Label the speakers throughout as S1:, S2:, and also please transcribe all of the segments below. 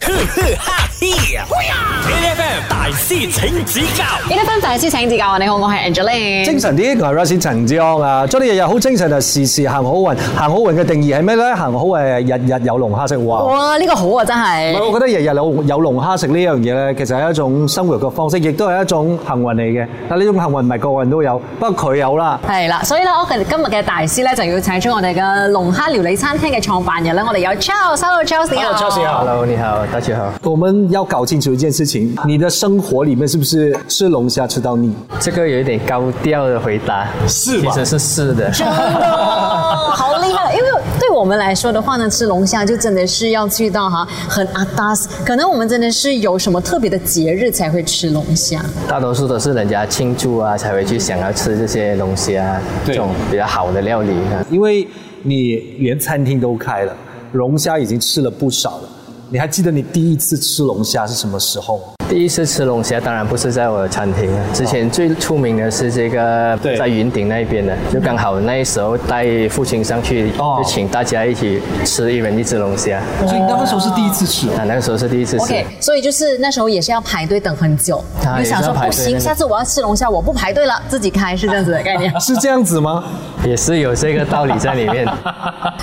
S1: 哈 FM 大師請指教
S2: 呢啲分大師請指教啊！你好，我係 Angeline。
S3: 精神啲，我係 Rosie 陳志安啊！祝你日日好精神啊，時時行好運。行好運嘅定義係咩咧？行好運係日日有龍蝦食喎。
S2: 哇！呢、個好啊，真
S3: 唔
S2: 係
S3: 係，。我覺得日日有有龍蝦食呢樣嘢咧，其實係一種生活嘅方式，亦都係一種幸運嚟嘅。但呢種幸運唔係個個人都有，不過佢有啦。
S2: 係啦，所以咧，我哋今日嘅大師咧就要請出我哋嘅龍蝦料理餐廳嘅創辦人咧，我哋有 Charles，Hello Charles，你好。哦
S4: Hello，你好，大家好。
S3: 我們要搞清楚一件事情：你的生活裡面是不是吃龍蝦吃到膩？
S4: 这个有一点高调的回答，
S3: 是
S4: 其
S3: 吧
S4: 实是是的。
S2: 真的好厉害！因为对我们来说的话呢，吃龙虾就真的是要去到哈很阿达斯，可能我们真的是有什么特别的节日才会吃龙虾。
S4: 大多数都是人家庆祝啊，才会去想要吃这些东西啊，这种比较好的料理啊。
S3: 因为你连餐厅都开了，龙虾已經吃了不少了。你還記得你第一次吃龍蝦是什麼時候嗎？
S4: 第一次吃龙虾，当然不是在我的餐厅啊，之前最出名的是这个
S3: 对
S4: 在云顶那边的，就刚好那时候带父亲上去，
S3: 哦
S4: 就请大家一起吃一人一只龙虾。啊，
S3: 所以你那时候是第一次吃哦。。
S4: 那个时候是第一次吃。
S2: OK，所以就是那时候也是要排队等很久，
S4: 啊
S2: 就想说
S4: 也是要排队
S2: 不行，
S4: 那个
S2: 下次我要吃龙虾，我不排队了，自己开是这样子的概念
S3: 是这样子吗？
S4: 也是有这个道理在 里面。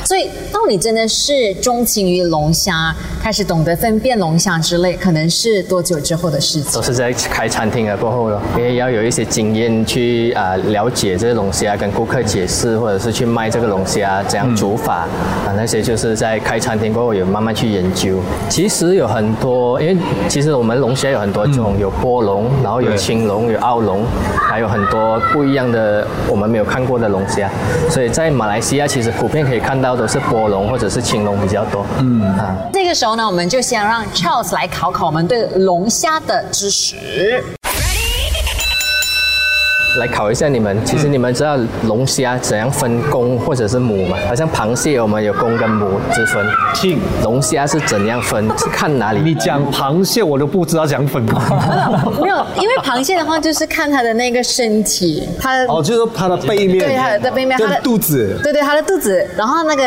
S2: 所以到你真的是钟情于龙虾，开始懂得分辨龙虾之类，可能是多久之后的事情
S4: 都？是在开餐厅啊了过后咯，因为要有一些经验去啊、了解这个龙虾，啊跟顾客解释，或者是去卖这个龙虾怎样煮法啊、那些就是在开餐厅过后有慢慢去研究。其实有很多，因为其实我们龙虾有很多种，有波龙，然后有
S3: 对
S4: 青龙，有澳龙，还有很多不一样的我们没有看过的龙虾。所以在马来西亚，其实普遍可以看到都是波龙或者是青龙比较多。嗯啊。
S2: 这个时候呢，我们就先让 Charles 来考考我们对龙虾的知识。
S4: 来考一下你们，其实你们知道龙虾怎样分公或者是母吗？好像螃蟹我们有公跟母之分，
S3: 亲，
S4: 龙虾是怎样分？是看哪
S3: 你
S4: 里？
S3: 讲嗯螃蟹我都不知道讲粉吗？
S2: 没有，因为螃蟹的话就是看它的那个身体，它
S3: 哦，就是它的背面，
S2: 对它的背面，它的
S3: 跟肚子。
S2: 对对，它的肚子，然后那个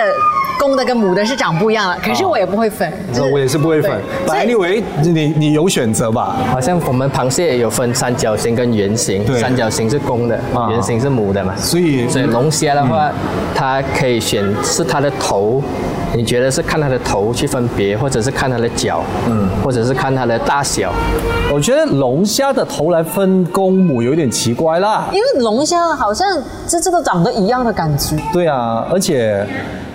S2: 公的跟母的是长不一样了。可是我也不会分，就
S3: 哦那我也是不会粉。
S2: 对所
S3: 反
S2: 以
S3: 正 anyway，你你有选择吧？
S4: 好像我们螃蟹也有分三角形跟圆形
S3: 对，
S4: 三角形是公的，
S3: 啊
S4: 圆形是母的嘛。
S3: 所以嗯
S4: 所以龙虾的话，它可以选是它的头，你觉得是看它的头去分别，或者是看它的脚，嗯，或者是看它的大小。
S3: 我觉得龙虾的头来分公母有点奇怪啦。
S2: 因为龙虾好像这这都长得一样的感觉。
S3: 对啊，而且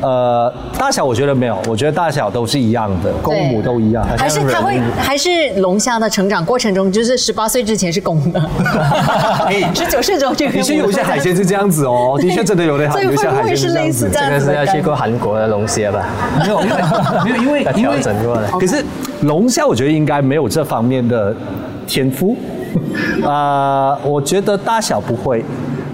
S3: 呃大小我觉得没有，我觉得大小都是一样的，公母都一样。
S2: 还是它会，还是龙虾的成长过程中，就是十八岁之前是公的， 十九岁之后就
S3: 的确有一些海鲜是这样子哦，的确真的有的
S2: 所以
S3: 有一些
S2: 会不
S3: 海
S2: 会
S3: 鲜是
S2: 是
S3: 这
S2: 类
S3: 样
S2: 似
S3: 子
S2: 这。
S4: 这
S2: 样
S4: 个
S2: 子
S4: 是要
S2: 的感
S4: 去
S2: 觉？
S4: 过韩国的龙虾吧？
S3: 没有，没有，因为
S4: 要调整过来
S3: 因为可是龙虾，我觉得应该没有这方面的天赋。 呃，我觉得大小不会，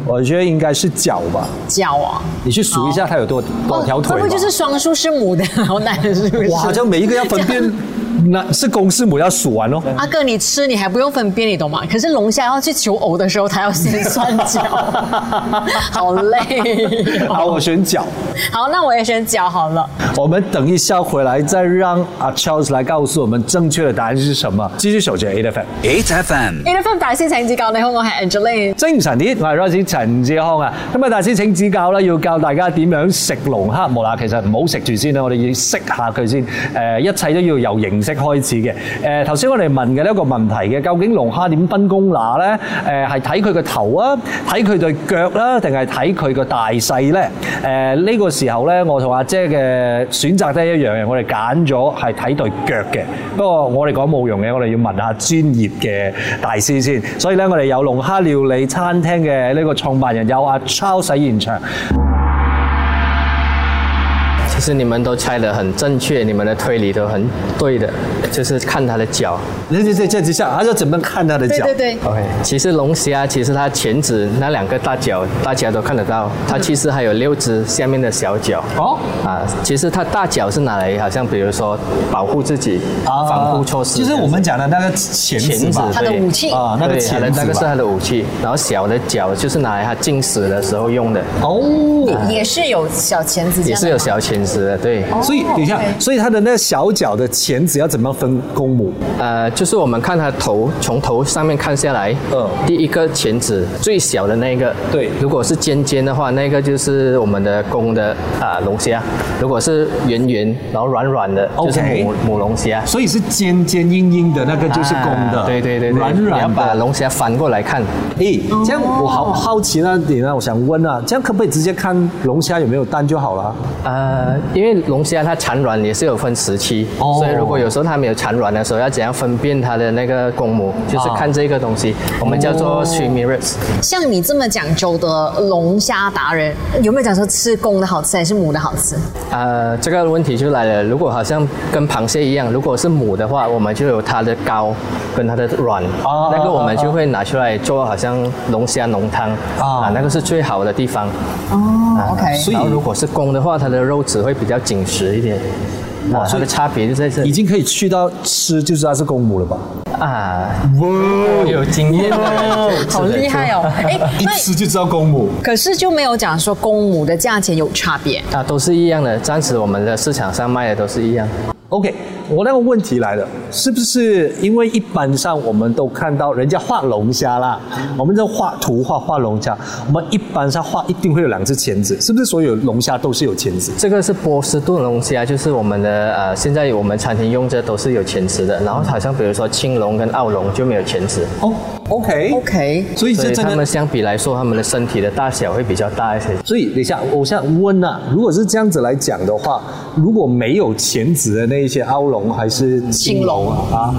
S3: 我觉得应该是脚吧。
S2: 脚啊，
S3: 你去数一下它有多多少条腿
S2: 会不
S3: 吧。
S2: 会哦就是双数是母的， 好难，是不是？
S3: 哇，好像每一个要分 辨，那是公是母要数完哦。
S2: 阿哥，你吃你还不用分辨，你懂吗？可是龙虾要去求偶的时候，它要先算 脚，好累、
S3: 好，我选脚。
S2: 好，那我也选脚好了。
S3: 我们等一下回来再让阿 Charles 来告诉我们正确的答案是什么。继续守着 A F M。
S1: ，8FM
S2: A F M 大師請指教，你好，我係 Angeline。
S3: 精神啲，我係 Rosie 陳志康啊。今日大師請指教啦，要教大家點樣食龍蝦。冇啦，其實唔好食住先啦，我哋要識下佢先。誒、一切都要由形式開始嘅。誒頭先我哋問嘅呢一個問題嘅，究竟龍蝦點分公乸呢？誒係睇佢個頭啊，睇佢對腳啦，定係睇佢個大細呢？誒、呢個時候呢，我同阿姐嘅選擇都係一樣嘅，我哋揀咗係睇對腳嘅。不過我哋講冇用嘅，我哋要問下專業嘅大師先。所以咧，我哋有龍蝦料理餐廳嘅呢個創辦人有阿 Charles 喺現場。
S4: 其实你们都猜得很正确，你们的推理都很对的，就是看它的脚。
S3: 你你你这几下，他就怎么看他的
S2: 對
S3: 腳？
S2: 對對，
S4: OK，其实龙虾其实它前指那两个大脚大家都看得到，它其实还有六只下面的小脚。
S3: 哦，
S4: 啊，其实它大脚是拿来好像比如说保护自己、防护措施。
S3: 就是我们讲的那个钳子吧
S4: 钳子
S2: 他的武器。
S3: 啊，那个
S4: 对它
S3: 钳
S4: 的那
S3: 子
S4: 个是
S3: 吧。
S4: 它的武器，然后小的脚就是拿来它进食的时候用的，
S3: 哦，
S2: 也是有小钳子，
S4: 也是有。小钳食的，对。
S3: 所以等一下
S2: OK
S3: 所以它的那个小脚的钳子要怎么样分公母？
S4: 呃，就是我们看它头，从头上面看下来，
S3: 嗯
S4: 第一个钳子最小的那一个，
S3: 对
S4: 如果是尖尖的话，那个就是我们的公的啊龙虾；如果是圆圆然后软软的，
S3: OK
S4: 就是母母龙虾。
S3: 所以是尖尖硬硬的那个就是公的，
S4: 啊对对对对，
S3: 软
S4: 你要
S3: 软
S4: 把
S3: 的。
S4: 龙虾翻过来看，
S3: 诶，这样我好好奇那点啊，我想问啊，这样可不可以直接看龙虾有没有蛋就好了？
S4: 呃，因为龙虾它产卵也是有分时期，
S3: 哦
S4: 所以如果有时候它没有产卵的时候，要怎样分辨它的那个公母，就是
S3: 啊
S4: 看这个东西，我们叫
S3: 哦
S4: 做 three mirrors。
S2: 像你这么讲究的龙虾达人，有没有讲说吃公的好吃还是母的好吃？
S4: 呃，这个问题就来了。如果好像跟螃蟹一样，如果是母的话，我们就有它的膏跟它的卵，
S3: 啊
S4: 那个我
S3: 啊
S4: 们
S3: 啊
S4: 就会拿出来做好像龙虾浓汤
S3: 啊
S4: 啊那个是最好的地方。
S2: 哦，OK，
S3: 所以
S4: 然后如果是公的话，它的肉质会比较紧实一点。啊，
S3: 所
S4: 它
S3: 以
S4: 的差别就在这
S3: 已
S4: 里
S3: 经可以去到吃，就是它是公母了吧？
S4: 啊，有经验啊的人
S2: 好厉害 哦！哎，
S3: 一
S2: 那
S3: 吃就知道公母。
S2: 可是就没有讲说公母的价钱有差别。
S4: 啊，都是一样的。暂时我们的市场上卖的都是一样。
S3: OK，我那个问题来了，是不是因为一般上我们都看到人家画龙虾啦，我们在画图画画龙虾，我们一般上画一定会有两只钳子，是不是所有龙虾都是有钳子？
S4: 这个是波士顿龙虾，就是我们的呃，现在我们餐厅用这都是有钳子的。然后好像比如说青龙跟澳龙就没有钳子，
S3: 哦，OK
S2: OK，
S3: 所以
S4: 所
S3: 这
S4: 以
S3: 真
S4: 它
S3: 的
S4: 们，相比来说，它们的身体的大小会比较大一些。
S3: 所以等一下，我想问啊，如果是这样子来讲的话，如果没有钳子的那一些澳龙还是青龙啊，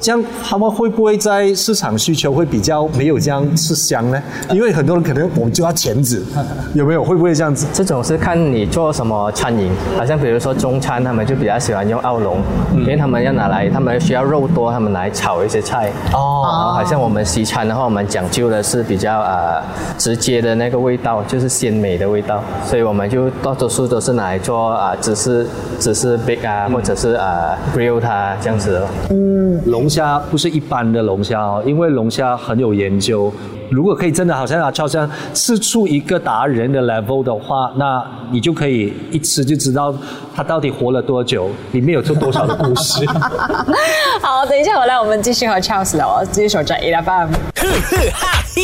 S3: 这样他们会不会在市场需求会比较没有这样吃香呢？因为很多人可能我们就要钳 子，有没有？会不会这样子？
S4: 这种是看你做什么餐饮，好像比如说中餐，他们就比较喜欢用澳龙，因为他们要拿来，他们需要肉多，他们拿来炒一些菜。
S3: 哦
S4: 然后好像我们西餐的话，我们讲究的是比较呃直接的那个味道，就是鲜美的味道，所以我们就大多数都是拿来做啊、呃只是只是 bake 啊，或者是啊、呃 grill 它这样子哦。
S3: 龙虾不是一般的龙虾哦，因为龙虾很有研究。如果可以真的好像阿啊超这样吃出一个达人的 level 的话，那你就可以一吃就知道它到底活了多久，里面有出多少的故 事。
S2: 好，等一下回来我们继续和 Charles 聊哦，继续守着 A F M。
S1: 呵呵哈嘿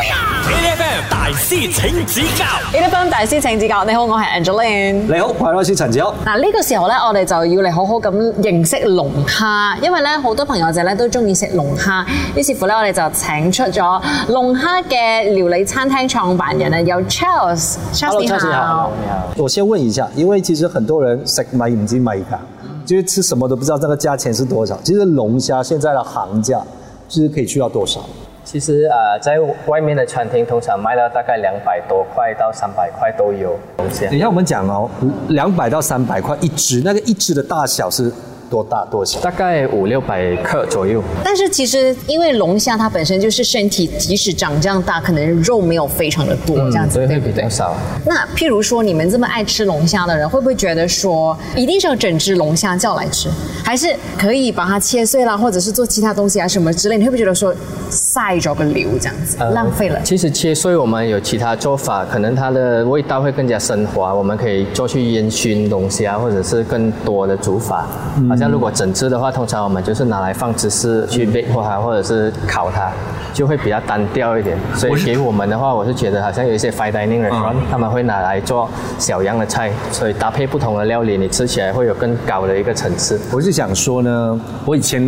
S1: ，A F M 大师請指教
S2: A F M 大師請指教，你好，我係 Angeline。
S3: 你好，我係律師陳子豪。
S2: 嗱呢個時候咧，我哋就要嚟好好咁認識龍蝦，因為咧好多朋友仔咧都中意食龍蝦，於是乎咧我哋就請出咗龍蝦嘅料理餐廳創辦人啊，有 Charles。Charles 你
S4: Hello，Charles，你
S2: 好
S4: 好。你好
S3: 我先問一下，因為其實很多人食米唔知米㗎，就是吃什麼都不知道那個價錢是多少。其實龍蝦現在的行價就是可以去到多少？
S4: 其实啊、呃在外面的餐厅通常卖到大概两百多块到三百块都有龙虾
S3: 等。一下我們講哦，兩百到三百塊一隻，那個一隻的大小是多大多小？
S4: 大概五六百克左右，
S2: 但是其實因為龍蝦它本身就是身體，即使長這樣大，可能肉沒有非常的多，這樣子
S4: 所以
S2: 嗯對
S4: 会
S2: 不對
S4: 比？较少。
S2: 那譬如说，你们这么爱吃龙虾的人，会不会觉得说，一定是要整只龙虾叫来吃，还是可以把它切碎啦，或者是做其他东西啊什么之类？你会不会觉得说，晒咗个瘤这样子，
S4: 呃
S2: 浪费了？
S4: 其实切碎我们有其他做法，可能它的味道会更加升华。我们可以做去烟熏龙虾，或者是更多的煮法。
S2: 嗯
S4: 好像如果整只的话，通常我们就是拿来放芝士去 bake 它，或者是烤它，就会比较单调一点。所以给我们的话，我是嗯觉得好像有一些 fine dining restaurant，、他们会拿来做小样的菜，所以搭配不同的料理，你吃起来会有更高的一个层次。
S3: 我是想说呢，我以前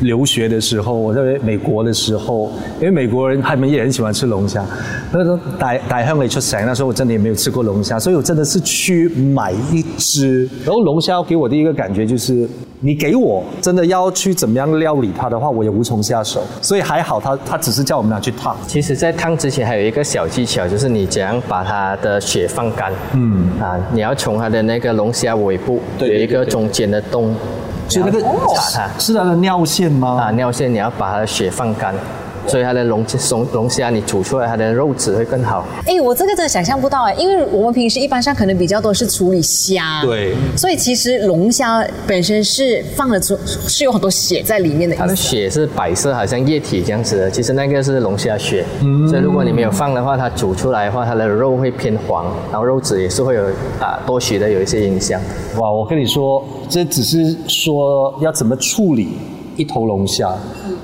S3: 留学的时候，我在美国的时候，因为美国人他们也很喜欢吃龙虾，那时候大大香里出省，那时候我真的也没有吃过龙虾，所以我真的是去买一只。然后龙虾给我的一个感觉就是，你给我真的要去怎么样料理它的话，我也无从下手，所以还好它它只是叫我们拿去烫。
S4: 其实，在烫之前还有一个小技巧，就是你怎样把它的血放干。嗯，啊，你要从它的那个龙虾尾部
S3: 对对
S4: 有一个中间的洞，
S3: 所以那个
S4: 然后插它。
S3: 是它的尿线吗？
S4: 啊，尿线你要把它的血放干，所以它的龙龙龙虾你煮出来它的肉质会更好。
S2: 哎，我这个真的想象不到哎，因为我们平时一般上可能比较多是处理虾，
S5: 对
S2: 所以其实龙虾本身是放了出是有很多血在里面的意
S4: 它的
S2: 思。
S4: 血是白色，好像液体这样子的。其实那个是龙虾血，
S3: 嗯
S4: 所以如果你没有放的话，它煮出来的话，它的肉会偏黄，然后肉质也是会有啊多许的有一些影响。
S3: 哇，我跟你说，这只是说要怎么处理一头龙虾，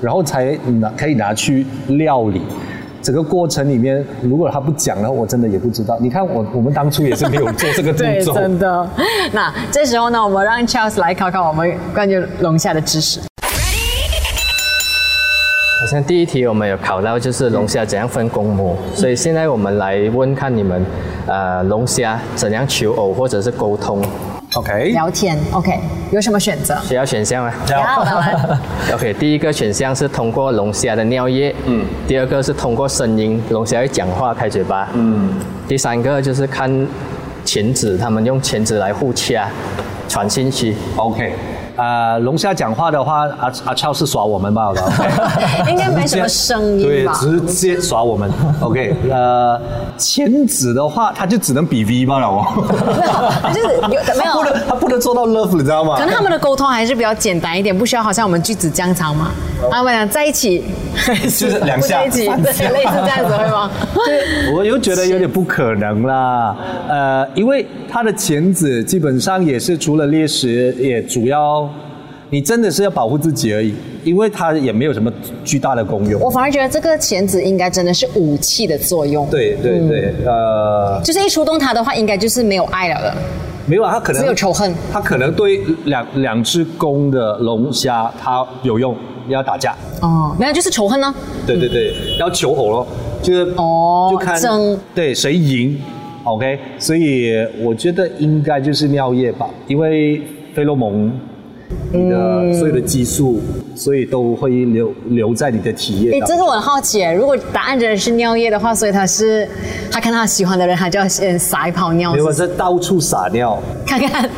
S3: 然后才拿可以拿去料理。整个过程里面，如果他不讲的话，我真的也不知道。你看我，我们当初也是没有做这个 步
S2: 对，
S3: 骤。
S2: 真 的。那这时候呢，我们让 Charles 来考考我们关于龙虾的知识。
S4: 好像第一题我们有考到就是龙虾怎样分公母，所以现在我们来问看你们，呃，龙虾怎样求偶或者是沟通，
S3: OK，
S2: 聊天，OK，有什么选择？
S4: 需要选项吗？
S2: 要当然
S4: OK，第一个选项是通过龙虾的尿液，嗯，第二个是通过声音，龙虾会讲话开嘴巴，嗯，第三个就是看钳子，他们用钳子来互掐，传信息。
S3: OK，呃，龙虾讲话的话，阿阿超是耍我们吧？我告诉 你
S2: 应该没什么声音
S3: 对
S2: 吧，
S3: 直接耍我们。OK，呃，前指的话，他就只能比 V 罢了哦。
S2: 就是有 没
S5: 不
S2: 有？
S5: 能他不能做到 love，你知道吗
S2: 可？能他们的沟通还是比较简单一点，不需要好像我们句子这样长嘛。他们俩在一起，
S5: 就是两
S2: 不
S5: 下
S2: 在一起，对，类似这样子会吗？
S3: 我又觉得有点不可能啦，呃，因为它的钳子基本上也是除了猎食，也主要你真的是要保护自己而已，因为它也没有什么巨大的功
S2: 我
S3: 用。
S2: 反而觉得这个钳子应该真的是武器的作用。，
S3: 对对
S2: 嗯
S3: 对，呃，
S2: 就是一触动它的话，应该就是没有爱了的。
S3: 没有啊，它可能
S2: 只有仇恨
S3: 它可能对两两只公的龙虾它有用，要打架，
S2: 哦，没有，就是仇恨呢、
S3: 对对对，要求偶咯，就是
S2: 哦
S3: 就看
S2: 争
S3: 对谁赢，OK，所以我觉得应该就是尿液吧，因为菲洛蒙，你
S2: 嗯
S3: 的所有的激素，所以都会留留在你的体液
S2: 诶，
S3: 当
S2: 这个
S3: 中。
S2: 我很好奇，如果答案真的是尿液的话，所以他是他看到他喜欢的人，他就要先撒一泡尿
S3: 没，有，这到处撒尿，
S2: 看看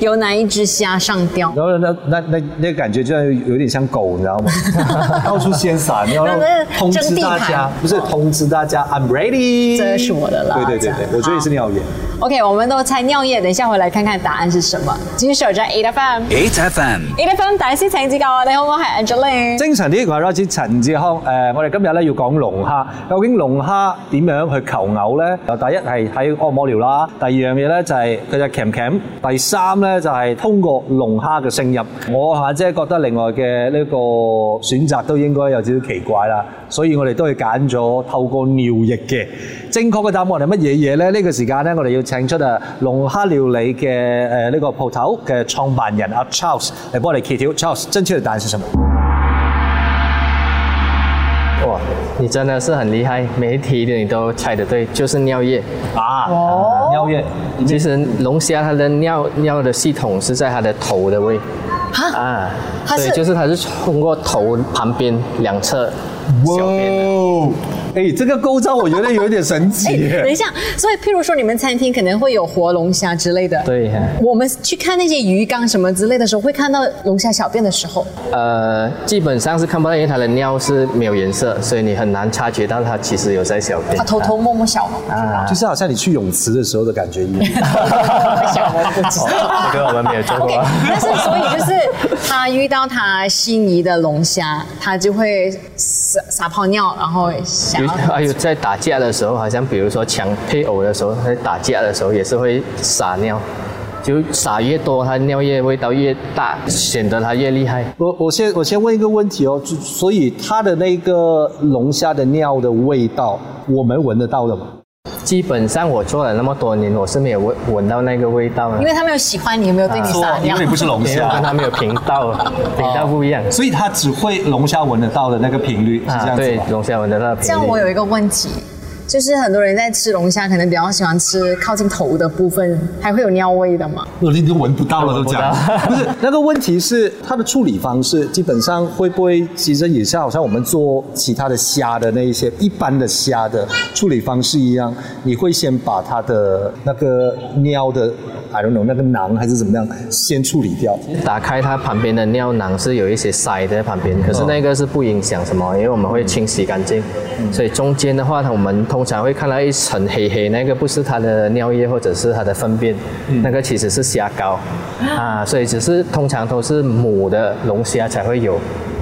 S2: 有哪一只虾上吊。
S3: 然后那那那那感觉就像有有点像狗，你知道 吗？到处先撒尿，然后
S2: 那那
S3: 通知
S2: 争地
S3: 大
S2: 盘
S3: 家，不是通知大家，I'm ready，
S2: 这是我的啦
S3: 对对
S2: 这
S3: 对
S2: 样
S3: 对，我觉得也是尿液。
S2: OK，我们都猜尿液，等一下回来看看答案是什么。继续守在 A F M。
S1: 8FM
S2: A F M 大師請指教啊！你好，我係 Angeline。
S3: 精神啲，我係 Roger 陳志康。誒、我哋今日咧要講龍蝦，究竟龍蝦點樣去求偶咧？第一係喺按摩療啦，第二樣嘢咧就係佢嘅 cam cam，第三咧就係通過龍蝦嘅聲音。我下姐覺得另外嘅呢個選擇都應該有少少奇怪啦，所以我哋都係揀咗透過尿液嘅。正確嘅答案係乜嘢嘢咧？呢、個時間咧，我哋要請出啊龍蝦料理嘅誒呢個鋪頭嘅創辦人阿 Charles 嚟幫我哋揭曉。Charles，正確嘅答案是什麼？
S4: 哇，你真的是很厉害，每一题你都猜得对，就是尿液。
S3: 啊，
S2: 哦
S3: 尿液，
S4: 其实龙虾它的尿尿的系统是在它的头的位
S2: 哈
S4: 啊，
S2: 它
S4: 所
S2: 是
S4: 以就是它是通过头旁边两侧小便的。
S5: 哦，
S3: 哎，这个构造我觉得有点神奇
S2: 哎，等一
S3: 耶。
S2: 下，所以譬如说你们餐厅可能会有活龙虾之类的。。
S4: 对呀、
S2: 我们去看那些鱼缸什么之类的时候，会看到龙虾小便的时候，
S4: 呃，基本上是看不到，因为它的尿是没有颜色，所以你很难察觉到它其实有在小便。
S2: 它偷偷摸摸小吗？
S3: 就是好像你去泳池的时候的感觉一 样。
S2: 小我不知道。
S4: 这个我们没有做
S2: OK，
S4: 过。
S2: 但是所以就是他遇到他心仪的龙虾，他就会撒撒泡尿，然后想
S4: 有
S2: 要
S4: 还有哎在打架的时候，好像比如说抢配偶的时候，在打架的时候也是会撒尿，就撒越多，它尿液味道越大，显得它越厉害。
S3: 我我先我先问一个问题哦，就所以它的那个龙虾的尿的味道，我们闻得到的吗？
S4: 基本上我做了那么多年，我是没有闻闻到那个味道啊的，
S2: 因为他没有喜欢你，也没有对你撒
S5: 因
S2: 尿
S5: 为。你不是龙
S4: 因为我跟
S5: 虾，
S4: 它没有频道，啊频道不一样。
S3: 所以它只会龙虾闻得到的那个频率是这样子
S4: 对
S2: 啊
S3: 吗？，
S4: 龙虾闻得到的频率。
S2: 这样我有一个问题，就是很多人在吃龙虾，可能比较喜欢吃靠近头的部分，还会有尿味的嘛？
S5: 我已经闻不到了，都讲。
S3: 不是那个问题是它的处理方式，基本上会不会其实也是好像我们做其他的虾的那一些一般的虾的处理方式一样，你会先把它的那个尿的啊、 I don't know 那个囊还是怎么样，先处理掉。
S4: 打开它旁边的尿囊是有一些塞在旁边，可是那个是不影响什么，因为我们会清洗干净。所以中间的话，它我们通常会看到一层黑黑，那个不是它的尿液或者是它的粪便，那个其实是虾膏啊，所以只是通常都是母的龙虾才会有。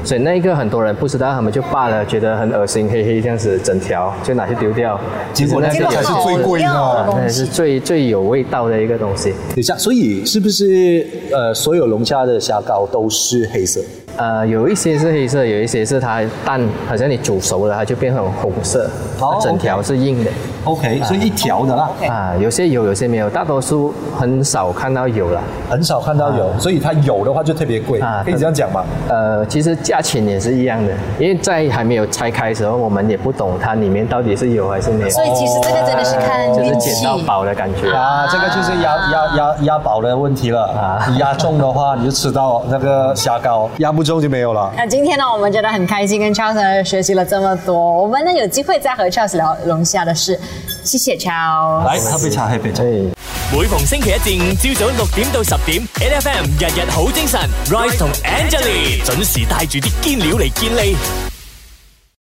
S4: 所以那个很多人不知道，他们就罢了，觉得很恶心，黑黑这样子整条就拿去丢掉。
S5: 结果那
S4: 其
S5: 个
S4: 实
S5: 才
S4: 也
S5: 是
S4: 是
S5: 最贵
S2: 好料的
S5: 的啊
S2: 东。西
S4: 那也是最最有味道的一个东西。
S3: 等一下，所以是不是呃所有龙虾的虾膏都是黑色？
S4: 呃，有一些是黑色，有一些是它蛋，好像你煮熟了，它就变成红色，
S3: 哦
S4: 它整条是硬的。
S3: OK，所以一条的啦，
S2: 哎
S4: 啊，有些有，有些没有，大多数很少看到有了。
S3: 很少看到有，所以它有的话就特别贵，
S4: 啊
S3: 可以这样讲吗？
S4: 呃，其实价钱也是一样的，因为在还没有拆开的时候，我们也不懂它里面到底是有还是没有，
S2: 所以其实这个真的是看
S4: 啊就是
S2: 运
S4: 捡
S2: 气。
S4: 到宝的感觉。
S3: 啊，这个就是押押押押宝的问题了啊！你押中的话，你就吃到那个虾膏；
S5: 压不中就没有了。
S2: 那今天呢，我们觉得很开心，跟 Charles 呢学习了这么多。我们呢有机会再和 Charles 聊龙虾的事，谢谢 Charles。
S3: 来哎喝杯茶，喝杯茶。
S4: 对。
S1: 每逢星期一至五朝早六點到十點，N F M 日日好精神，Rise 同 Angelie 準時帶住啲堅料嚟健利。